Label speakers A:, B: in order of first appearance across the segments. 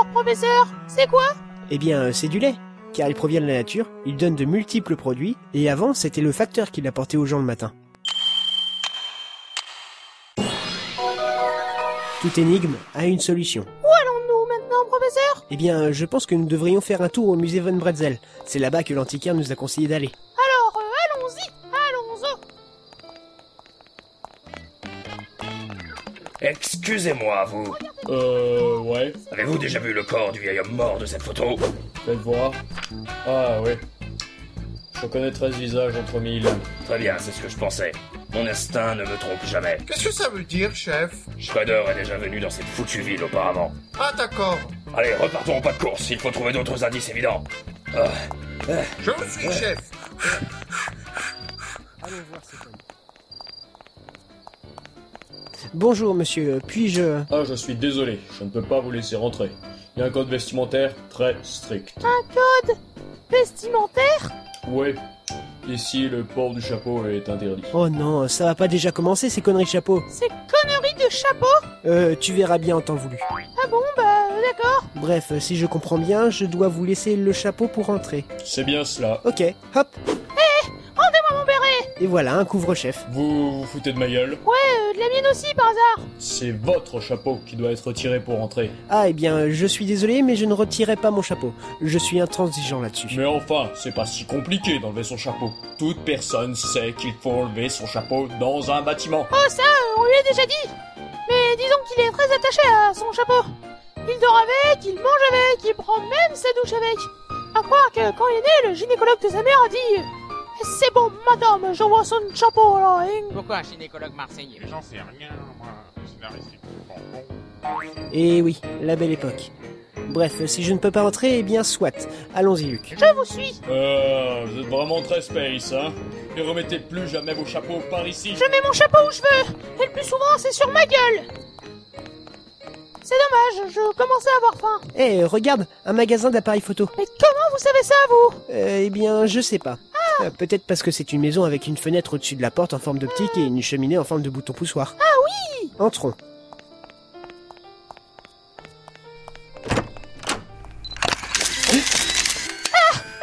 A: Oh, professeur C'est quoi
B: Eh bien, c'est du lait. Car il provient de la nature, il donne de multiples produits, et avant, c'était le facteur qui l'apportait aux gens le matin. Toute énigme a une solution.
A: Où allons-nous maintenant, professeur
B: Eh bien, je pense que nous devrions faire un tour au musée Von Bretzel. C'est là-bas que l'antiquaire nous a conseillé d'aller.
A: Alors, euh, allons-y Allons-y
C: Excusez-moi, vous.
D: Euh, ouais,
C: Avez-vous déjà vu le corps du vieil homme mort de cette photo
D: faites voir. Ah oui. Je reconnaîtrais ce visage entre mille.
C: Très bien, c'est ce que je pensais. Mon instinct ne me trompe jamais.
E: Qu'est-ce que ça veut dire, chef
C: Schrader est déjà venu dans cette foutue ville auparavant.
E: Ah d'accord.
C: Allez, repartons au pas de course, il faut trouver d'autres indices évidents. Ah,
E: Je vous
F: Oh.
E: suis, chef.
B: Allons voir cet homme. Bonjour, monsieur. Puis-je...
D: Ah, je suis désolé, je ne peux pas vous laisser rentrer. Il y a un code vestimentaire très strict.
A: Vestimentaire
D: Ouais, ici le port du chapeau est interdit.
B: Oh non, ça va pas déjà commencer ces conneries de chapeau.
A: Ces conneries de chapeau
B: Euh, tu verras bien en temps voulu.
A: Ah bon, bah, euh, d'accord.
B: Bref, si je comprends bien, je dois vous laisser le chapeau pour entrer.
D: C'est bien cela.
B: Ok, hop,
A: Rendez-moi mon béret
B: et voilà un couvre-chef.
D: Vous vous foutez de ma gueule
A: Ouais, euh, de la mienne aussi, par hasard
D: C'est votre chapeau qui doit être retiré pour entrer.
B: Ah, eh bien, je suis désolé, mais je ne retirerai pas mon chapeau. Je suis intransigeant là-dessus.
D: Mais enfin, c'est pas si compliqué d'enlever son chapeau. Toute personne sait qu'il faut enlever son chapeau dans un bâtiment.
A: Oh, ça, euh, on lui a déjà dit Mais disons qu'il est très attaché à son chapeau. Il dort avec, il mange avec, il prend même sa douche avec. À croire que quand il est né, le gynécologue de sa mère a dit... euh, C'est bon, madame, j'envoie son chapeau, là, hein.
F: Pourquoi un gynécologue marseillais
G: Mais j'en sais rien, moi. Le scénariste est complètement con.
B: Eh oui, la belle époque. Bref, si je ne peux pas entrer, eh bien, soit. Allons-y, Luc.
A: Je vous suis
D: Euh, vous êtes vraiment très space, hein Ne remettez plus jamais vos chapeaux par ici.
A: Je mets mon chapeau où je veux, et le plus souvent c'est sur ma gueule. C'est dommage, je commençais à avoir faim.
B: Eh, regarde, un magasin d'appareils photo.
A: Mais comment vous savez ça, vous
B: Euh, eh bien, je sais pas. Euh, Peut-être parce que c'est une maison avec une fenêtre au-dessus de la porte en forme d'optique et une cheminée en forme de bouton poussoir. Ah oui Entrons.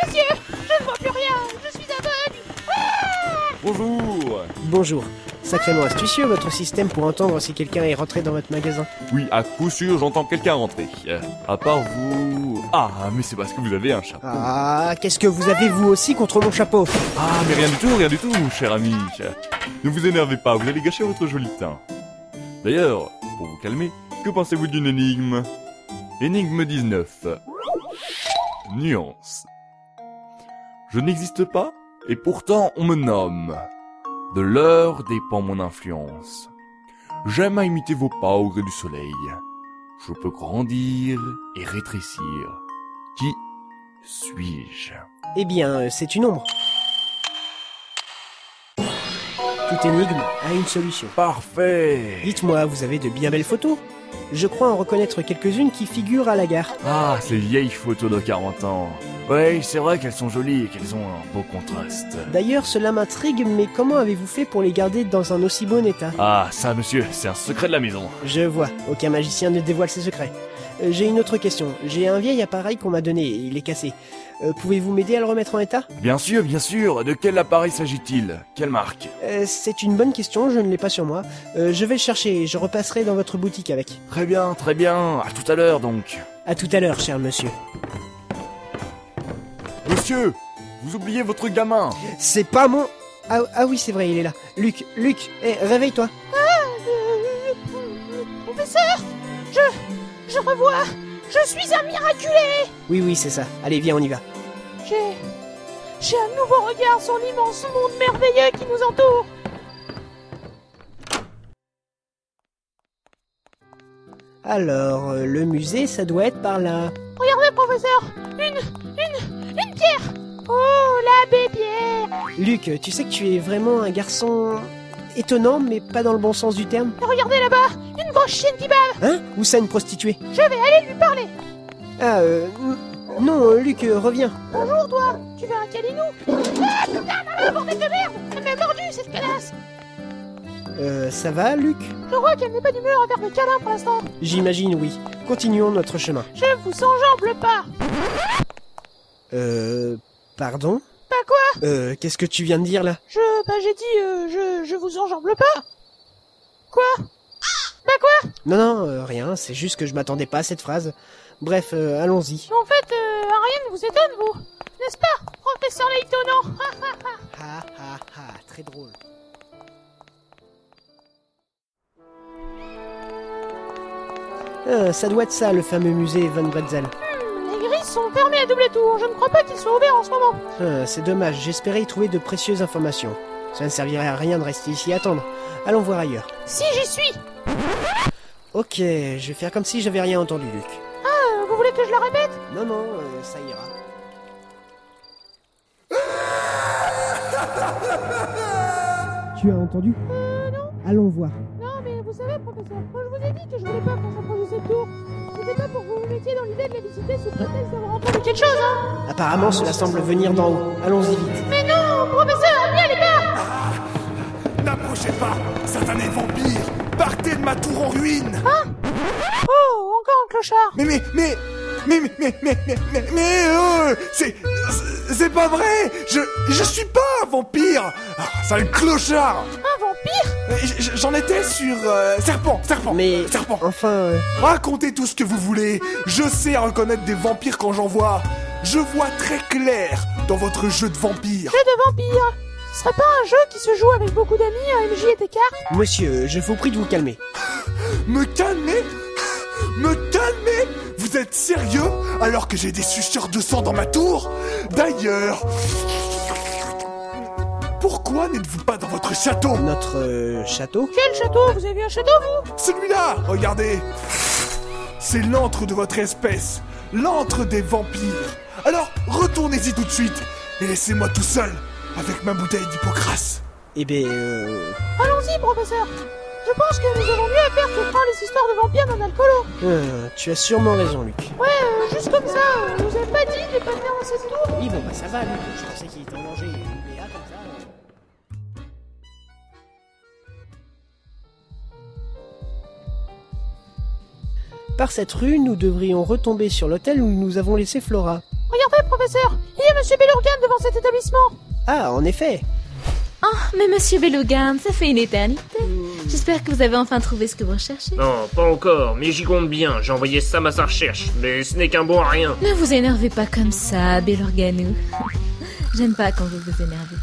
A: Monsieur, je ne vois plus rien, je suis aveugle.
H: Bonjour
B: Bonjour. Sacrément astucieux votre système pour entendre si quelqu'un est rentré dans votre magasin.
H: Oui, à coup sûr, j'entends quelqu'un rentrer. Euh, à part vous... Ah, mais c'est parce que vous avez un chapeau.
B: Ah, qu'est-ce que vous avez vous aussi contre mon chapeau
H: Ah, mais rien du tout, rien du tout, cher ami. Ne vous énervez pas, vous allez gâcher votre joli teint. D'ailleurs, pour vous calmer, que pensez-vous d'une énigme Énigme 19. Nuance. Je n'existe pas, et pourtant on me nomme. De l'heure dépend mon influence. J'aime à imiter vos pas au gré du soleil. Je peux grandir et rétrécir. Qui suis-je
B: Eh bien, euh, c'est une ombre. Toute énigme a une solution.
H: Parfait
B: Dites-moi, vous avez de bien belles photos Je crois en reconnaître quelques-unes qui figurent à la gare.
H: Ah, ces vieilles photos de 40 ans. Ouais, c'est vrai qu'elles sont jolies et qu'elles ont un beau contraste.
B: D'ailleurs, cela m'intrigue, mais comment avez-vous fait pour les garder dans un aussi bon état
H: Ah, ça, monsieur, c'est un secret de la maison.
B: Je vois, aucun magicien ne dévoile ses secrets. Euh, J'ai une autre question. J'ai un vieil appareil qu'on m'a donné, et il est cassé. Euh, Pouvez-vous m'aider à le remettre en état
H: Bien sûr, bien sûr. De quel appareil s'agit-il Quelle marque
B: Euh, C'est une bonne question, je ne l'ai pas sur moi. Euh, je vais le chercher et je repasserai dans votre boutique avec.
H: Très bien, très bien. À tout à l'heure, donc.
B: À tout à l'heure, cher monsieur.
H: Monsieur, vous oubliez votre gamin.
B: C'est pas mon... Ah, ah oui, c'est vrai, il est là. Luc, Luc, eh, réveille-toi.
A: Euh, professeur, je, je revois, je suis un miraculé.
B: Oui, oui, c'est ça. Allez, viens, on y va.
A: J'ai, j'ai un nouveau regard sur l'immense monde merveilleux qui nous entoure.
B: Alors, euh, le musée, ça doit être par là.
A: Regardez, Euh, professeur, une, une, une pierre. Oh, l'abbé Pierre.
B: Luc, tu sais que tu es vraiment un garçon étonnant, mais pas dans le bon sens du terme.
A: Et regardez là-bas, une grosse chienne qui bat.
B: Hein Ou ça, une prostituée
A: Je vais aller lui parler.
B: Ah, euh... n- Non, euh, Luc, euh, reviens.
A: Bonjour, toi Tu veux un câlinou Ah, putain, maman, bordel de merde Elle m'a mordu, cette canasse
B: Euh, ça va, Luc
A: Je vois qu'elle n'est pas d'humeur à faire de câlin pour l'instant.
B: J'imagine, oui. Continuons notre chemin.
A: Je vous enjambe pas.
B: Euh... Pardon
A: Bah quoi
B: Euh, qu'est-ce que tu viens de dire, là
A: Je... Bah j'ai dit, euh, je... Je vous enjambe pas. Quoi Bah quoi
B: Non, non, euh, rien, c'est juste que je m'attendais pas à cette phrase. Bref, euh, allons-y.
A: En fait, euh, rien ne vous étonne, vous. N'est-ce pas, professeur Layton non Ah,
B: Ha ha ha, très drôle. Euh, ça doit être ça, le fameux musée Van Batzel.
A: Les grilles sont fermées à double tour. Je ne crois pas qu'ils soient ouverts en ce moment.
B: Ah, c'est dommage, j'espérais y trouver de précieuses informations. Ça ne servirait à rien de rester ici à attendre. Allons voir ailleurs.
A: Si j'y suis
B: Ok, je vais faire comme si j'avais rien entendu, Luc.
A: Euh, Vous voulez que je la répète
B: Non, non, euh, ça ira. Tu as entendu Allons voir.
A: Non, mais vous savez, professeur, quand je vous ai dit que je voulais pas qu'on s'approche de cette tour, c'était pas pour que vous vous mettiez dans l'idée de la visiter sous prétexte d'avoir entendu quelque chose, hein
B: Apparemment, cela semble venir d'en haut. Allons-y vite.
A: Mais non, professeur, n'y allez pas
F: Ah, N'approchez pas, satané vampire Partez de ma tour en ruine
A: Hein Oh, encore un clochard
F: Mais mais mais mais mais mais mais mais mais, mais, euh, c'est c'est pas vrai Je je suis pas un vampire ah, Sale clochard Euh,
A: Un vampire
F: J- j- J'en étais sur euh, serpent serpent
B: Mais
F: serpent.
B: enfin, euh,
F: Racontez tout ce que vous voulez. Je sais reconnaître des vampires quand j'en vois. Je vois très clair dans votre jeu de vampire.
A: Jeu de vampire Ce serait pas un jeu qui se joue avec beaucoup d'amis, un MJ et des cartes
B: monsieur, je vous prie de vous calmer.
F: Me calmer Me calmer Vous êtes sérieux Alors que j'ai des suceurs de sang dans ma tour D'ailleurs... Pourquoi n'êtes-vous pas dans votre château
B: Notre euh, château
A: Quel château Vous avez vu un château, vous
F: Celui-là Regardez C'est l'antre de votre espèce L'antre des vampires Alors, retournez-y tout de suite Et laissez-moi tout seul Avec ma bouteille d'hypocrase
B: Eh ben, euh,
A: Allons-y, professeur Je pense que nous avons mieux à faire que prendre les histoires de vampires d'un alcoolo.
B: euh, tu as sûrement raison, Luc.
A: Ouais, euh, juste comme ça, euh, vous avez pas dit de pas venir dans cette tour
B: Oui, bon, bah ça va, Luc. Je pensais qu'il était en danger. Mais là, comme ça... euh. Par cette rue, nous devrions retomber sur l'hôtel où nous avons laissé Flora.
A: Regardez, professeur Il y a Monsieur Bellorgan devant cet établissement
B: Ah, en effet
I: Oh, mais monsieur Bellogan, ça fait une éternité. J'espère que vous avez enfin trouvé ce que vous recherchez.
J: Non, pas encore, mais j'y compte bien. J'ai envoyé Sam à sa recherche, mais ce n'est qu'un bon à rien.
I: Ne vous énervez pas comme ça, Bellorganou. J'aime pas quand vous vous énervez.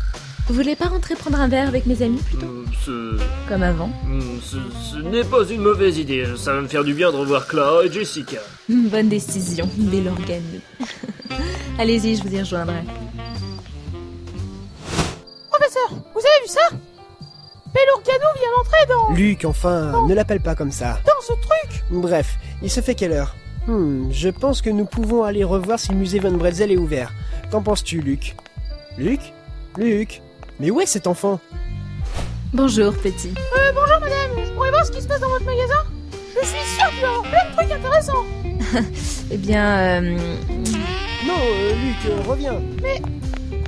I: Vous voulez pas rentrer prendre un verre avec mes amis plutôt
J: Hmm, Ce,
I: Comme avant.
J: hmm, ce, ce n'est pas une mauvaise idée. Ça va me faire du bien de revoir Clara et Jessica.
I: Hmm, Bonne décision, Bellorganou. Allez-y, je vous y rejoindrai.
A: Professeur, vous avez vu ça Bellorgano vient d'entrer dans...
B: Luc, enfin, ne l'appelle pas comme ça.
A: dans ce truc
B: Bref, il se fait quelle heure Hmm, je pense que nous pouvons aller revoir si le musée Van Bretzel est ouvert. Qu'en penses-tu, Luc Luc Luc Mais où est cet enfant
I: Bonjour, petit.
A: Euh, bonjour madame, je pourrais voir ce qui se passe dans votre magasin Je suis sûre qu'il va y avoir plein de trucs intéressants
I: Eh bien, euh,
B: Non, euh, Luc, euh, reviens
A: Mais,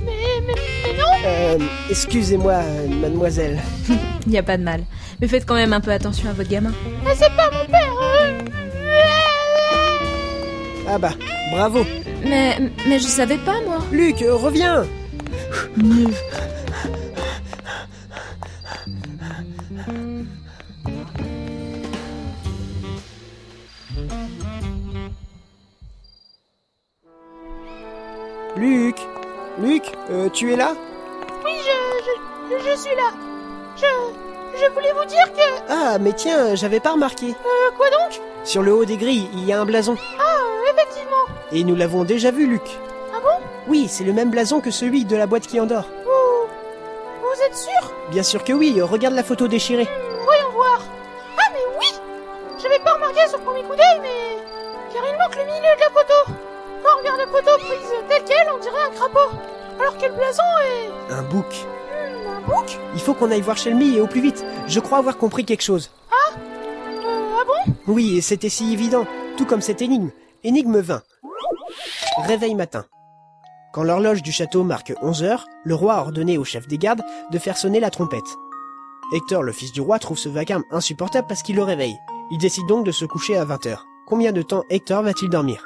A: mais, mais non
B: Euh, excusez-moi, euh, mademoiselle.
I: il n'y a pas de mal. Mais faites quand même un peu attention à votre gamin.
A: Mais c'est pas mon père euh.
B: Ah bah, bravo
I: Mais, mais je savais pas, moi.
B: Luc, euh, reviens Luc Luc, euh, tu es là
A: Oui, je, je, je suis là Je, je voulais vous dire que...
B: Ah, mais tiens, j'avais pas remarqué.
A: Euh, quoi donc
B: Sur le haut des grilles, il y a un blason.
A: Euh, effectivement
B: Et nous l'avons déjà vu, Luc.
A: Ah bon
B: Oui, c'est le même blason que celui de la boîte qui endort.
A: Vous... vous êtes sûr
B: Bien sûr que oui, regarde la photo déchirée.
A: Voyons voir Ah mais oui J'avais pas remarqué sur le premier coup d'œil, mais... Car il manque le milieu de la photo Quand on regarde la photo prise telle qu'elle, on dirait un crapaud Alors que le blason est...
B: Un bouc.
A: hmm, un bouc
B: Il faut qu'on aille voir Shelmy et au plus vite. Je crois avoir compris quelque chose.
A: Euh, ah bon
B: Oui, et c'était si évident, tout comme cette énigme. Énigme 20. Réveil matin. Quand l'horloge du château marque 11 heures, le roi a ordonné au chef des gardes de faire sonner la trompette. Hector, le fils du roi, trouve ce vacarme insupportable parce qu'il le réveille. Il décide donc de se coucher à 20h. Combien de temps Hector va-t-il dormir